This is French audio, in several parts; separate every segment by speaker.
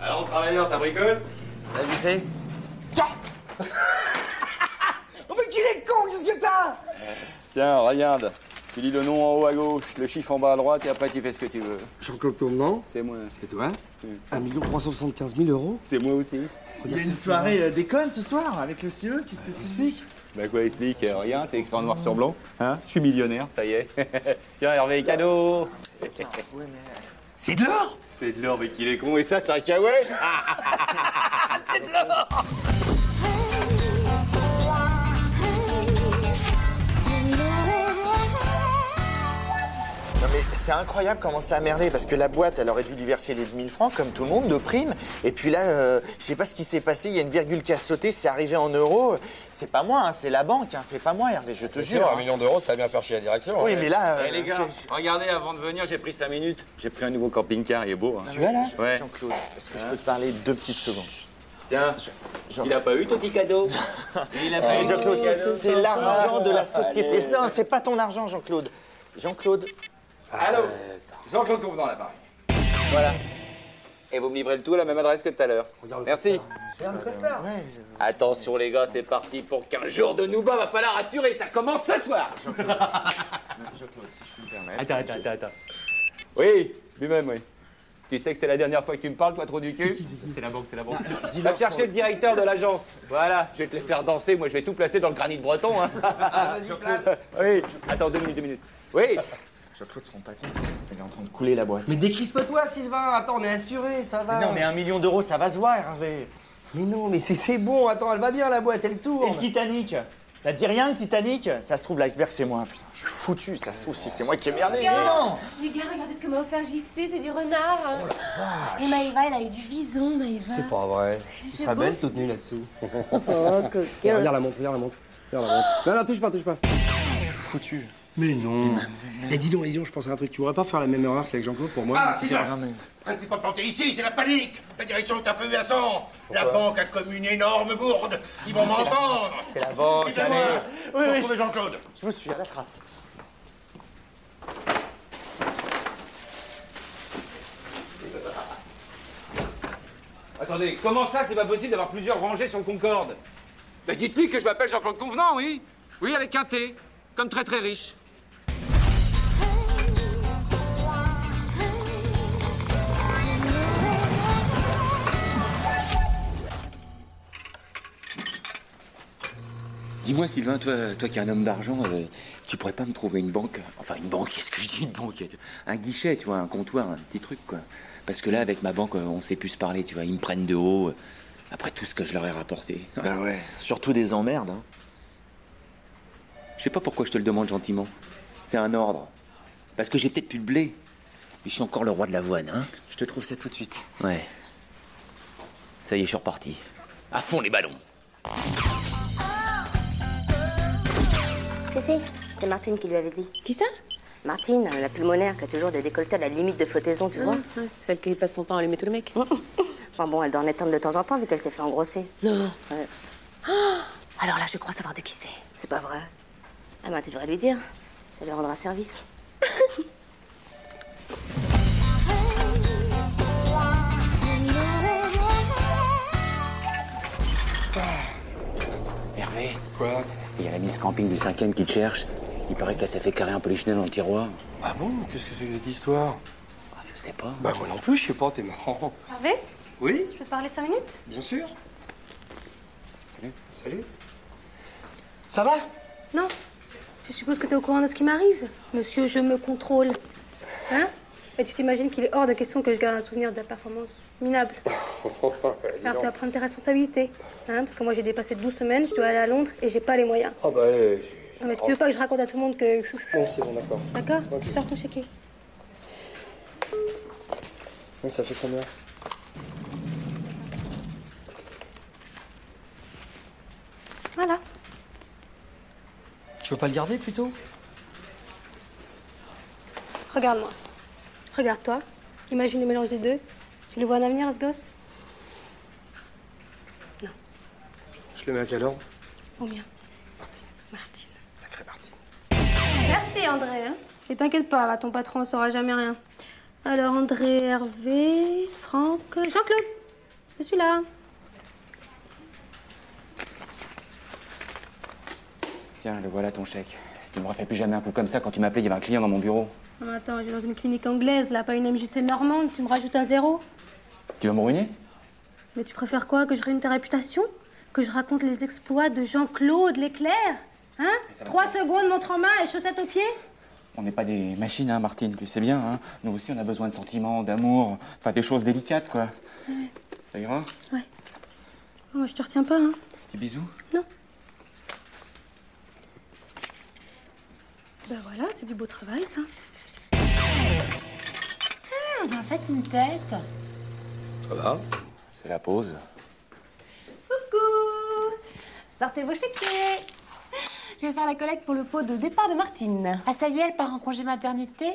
Speaker 1: Alors, travailleurs, ça bricole
Speaker 2: T'as vu c'est
Speaker 3: Oh mais qu'il est con, qu'est-ce que t'as
Speaker 1: Tiens, regarde. Tu lis le nom en haut à gauche, le chiffre en bas à droite, et après tu fais ce que tu veux.
Speaker 3: Jean-Claude Tournant,
Speaker 1: C'est moi.
Speaker 3: c'est toi 1 375 000 euros
Speaker 1: C'est moi aussi.
Speaker 4: Il y a une soirée euh, déconne ce soir avec le CE, qu'est-ce que c'est
Speaker 1: Bah quoi, explique euh, Rien, c'est écrit en noir sur blanc. Hein Je suis millionnaire, ça y est. Tiens, Hervé, cadeau
Speaker 3: C'est de l'or
Speaker 1: C'est de l'or, mais qu'il est con, et ça, c'est un kawaii
Speaker 4: Ah, Non mais c'est incroyable comment ça a merdé parce que la boîte elle aurait dû lui verser les 2000 francs comme tout le monde de prime et puis là euh, je sais pas ce qui s'est passé il y a une virgule qui a sauté c'est arrivé en euros c'est pas moi hein, c'est la banque hein, c'est pas moi Hervé je te jure
Speaker 2: sûr, un
Speaker 4: hein.
Speaker 2: million d'euros, ça va bien faire chier la direction.
Speaker 4: oui
Speaker 2: hein.
Speaker 4: mais là euh,
Speaker 1: Eh, les gars,
Speaker 4: c'est-
Speaker 1: regardez, avant de venir, j'ai pris 5 minutes. J'ai pris un nouveau camping-car, il est beau. hein.
Speaker 4: tu vois là
Speaker 1: Ouais.
Speaker 4: Jean-Claude est-ce que je peux te parler deux petites secondes
Speaker 1: Tiens,
Speaker 4: Jean-
Speaker 1: il a pas eu ton petit cadeau Il a pas eu ton
Speaker 4: Jean-Claude c'est l'argent de la société non c'est pas ton argent Jean-Claude Jean-Claude
Speaker 1: Allô Jean-Claude Convenant, à l'appareil. Euh, Voilà. Et vous me livrez le tout à la même adresse que tout à l'heure. Merci. Euh, Attention les gars, c'est parti pour 15 jours de Nouba, va falloir assurer, ça commence ce soir Attends, attends, attends, attends. Oui, lui-même, oui. Tu sais que c'est la dernière fois que tu me parles, toi, trop du cul C'est Ah, la banque, c'est la banque. Va me chercher le directeur de l'agence. Voilà, je vais te les faire danser, moi je vais tout placer dans le granit breton. Hein. oui, attends, deux minutes, deux minutes. Oui,
Speaker 4: Jean-Claude se rend pas compte il est en train de couler la boîte
Speaker 2: Mais décrispe-toi, Sylvain. Attends, on est assuré, ça va.
Speaker 4: Mais non mais un million d'euros ça va se voir Hervé
Speaker 2: Mais non, mais c'est- c'est bon. Attends, elle va bien la boîte, elle
Speaker 4: Et
Speaker 2: tourne.
Speaker 4: le Titanic Ça te dit rien le Titanic Ça se trouve l'iceberg c'est moi, putain, je suis foutu, ça se trouve si c'est moi qui ai merdé. Mais non
Speaker 5: Les gars, regardez ce que m'a offert JC, c'est du renard. hein. Et Maëva, elle a eu du vison, Maëva.
Speaker 2: Oh C'est pas vrai.
Speaker 5: C'est
Speaker 2: Ça
Speaker 5: beau,
Speaker 2: belle
Speaker 5: ce-
Speaker 2: toute nue là-dessous. oh, regarde la montre, regarde la montre. Regarde la montre. Non, non, touche pas, touche pas.
Speaker 4: Foutu.
Speaker 2: Mais non. Mais dis donc, dis donc, je pense à un truc. Tu voudrais pas faire la même erreur qu'avec Jean-Claude pour moi
Speaker 6: Ah, Sylvain Restez pas plantés ici, c'est la panique La direction est à feu et à sang La banque a commis une énorme bourde Ils vont m'entendre
Speaker 4: C'est la banque,
Speaker 6: Excusez-moi
Speaker 4: allez.
Speaker 6: Faut
Speaker 4: Oui, oui,
Speaker 6: retrouver Jean-Claude
Speaker 4: Je vous suis à la trace.
Speaker 7: Attendez, comment ça, c'est pas possible d'avoir plusieurs rangées sur le Concorde Bah dites-lui que je m'appelle Jean-Claude Convenant, oui Oui, avec un T, comme très très riche.
Speaker 1: Dis-moi Sylvain, toi, toi qui es un homme d'argent, euh, tu pourrais pas me trouver une banque Enfin une banque, qu'est-ce que je dis une banque Un guichet, tu vois, un comptoir, un petit truc quoi. Parce que là avec ma banque, euh, on sait plus se parler, tu vois, ils me prennent de haut euh, après tout ce que je leur ai rapporté.
Speaker 4: Bah ouais, surtout des emmerdes. hein.
Speaker 1: Je sais pas pourquoi je te le demande gentiment. C'est un ordre. Parce que j'ai peut-être plus de blé. Mais je suis encore le roi de l'avoine, hein
Speaker 4: Je te trouve ça tout de suite.
Speaker 1: Ouais. Ça y est, je suis reparti. À fond les ballons.
Speaker 8: Si, si, c'est Martine qui lui avait dit.
Speaker 5: Qui ça
Speaker 8: Martine, euh, la pulmonaire qui a toujours des décolletés à la limite de flottaison, tu vois.
Speaker 5: Mmh,
Speaker 8: Mmh,
Speaker 5: Celle qui passe son temps à allumer tous les mecs.
Speaker 8: Enfin bon, elle doit en éteindre de temps en temps vu qu'elle s'est fait engrosser. Non.
Speaker 5: Ah.
Speaker 8: Alors là, je crois savoir de qui c'est. C'est pas vrai. Ah ben, tu devrais lui dire. Ça lui rendra service.
Speaker 1: Hervé Quoi Il y a la mise camping du cinquième qui te cherche. Il paraît qu'elle s'est fait carrer un peu les chenilles dans le tiroir.
Speaker 2: Ah bon Qu'est-ce que c'est que cette histoire
Speaker 1: Ah, Je sais pas.
Speaker 2: Bah moi non plus, je sais pas, t'es marrant.
Speaker 5: Hervé,
Speaker 2: Oui
Speaker 5: je peux te parler 5 minutes
Speaker 2: Bien sûr.
Speaker 1: Salut.
Speaker 2: Salut.
Speaker 4: Ça va
Speaker 5: Non. Je suppose que t'es au courant de ce qui m'arrive. Monsieur, je me contrôle. Hein Et tu t'imagines qu'il est hors de question que je garde un souvenir de la performance minable. Alors tu vas prendre tes responsabilités. Hein Parce que moi j'ai dépassé 12 semaines, je dois aller à Londres et j'ai pas les moyens.
Speaker 2: Ah bah, eh, j'ai
Speaker 5: Non, mais si tu veux pas que je raconte à tout le monde que.
Speaker 2: Bon, c'est bon, d'accord.
Speaker 5: D'accord
Speaker 2: Ok.
Speaker 5: Tu sors ton chéquier.
Speaker 2: Donc, ça fait combien
Speaker 5: Voilà.
Speaker 3: Tu veux pas le garder plutôt
Speaker 5: Regarde-moi. Regarde-toi. Imagine le mélange des deux. Tu le vois un avenir à ce gosse
Speaker 2: Je le mets à quelle heure
Speaker 5: Ou bien Martine. Martine. Sacré Martine. Merci André. Hein Et t'inquiète pas, ton patron ne saura jamais rien. Alors André, Hervé, Franck, Jean-Claude. Je suis là.
Speaker 7: Tiens, le voilà ton chèque. Tu me refais plus jamais un coup comme ça. Quand tu m'appelais, il y avait un client dans mon bureau.
Speaker 5: Ah, Attends, je vais dans une clinique anglaise, là, pas une MJC normande. Tu me rajoutes un zéro.
Speaker 7: Tu vas me ruiner
Speaker 5: Mais tu préfères quoi Que je ruine ta réputation Que je raconte les exploits de Jean-Claude l'éclair Hein Trois secondes, montre en main et chaussettes aux pieds
Speaker 7: On n'est pas des machines, hein, Martine, tu sais bien. Hein. Nous aussi, on a besoin de sentiments, d'amour, enfin des choses délicates, quoi.
Speaker 5: Ouais.
Speaker 7: Ça ira
Speaker 5: Moi, je te retiens pas, hein.
Speaker 7: Petit bisou
Speaker 5: Ben voilà, c'est du beau travail, ça.
Speaker 9: Vous en faites une tête.
Speaker 7: Ça va C'est la pause.
Speaker 9: Coucou Sortez vos chéquiers Je vais faire la collecte pour le pot de départ de Martine. Ah ça y est, elle part en congé maternité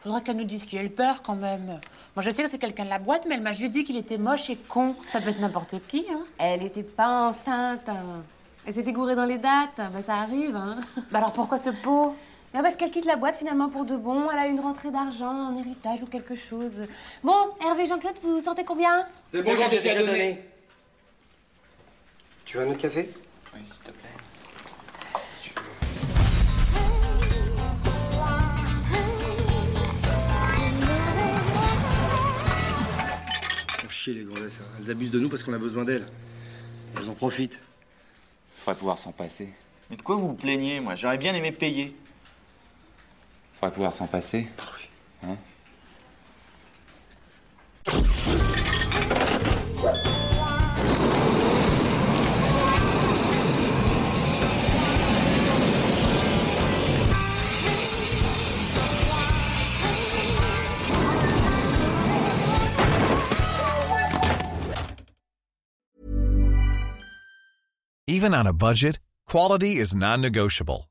Speaker 9: Faudra qu'elle nous dise qui elle perd quand même. Moi je sais que c'est quelqu'un de la boîte, mais elle m'a juste dit qu'il était moche et con. Ça peut être n'importe qui, hein Elle était pas enceinte. hein. Elle s'était gourée dans les dates. Bah ça arrive, hein Bah alors pourquoi ce pot bah parce qu'elle quitte la boîte finalement pour de bon, elle a une rentrée d'argent, un héritage ou quelque chose. Bon, Hervé Jean-Claude, vous sentez combien
Speaker 3: C'est bon, j'ai déjà donné. Tu veux un autre café Oui, s'il te plaît. On chie les grandesses. hein. Elles abusent de nous parce qu'on a besoin d'elles. Elles en profitent.
Speaker 7: Faudrait pouvoir s'en passer.
Speaker 4: Mais de quoi vous vous plaignez, moi J'aurais bien aimé payer.
Speaker 7: Faudrait pouvoir s'en passer. Hein
Speaker 10: Even on a budget, quality is non-negotiable.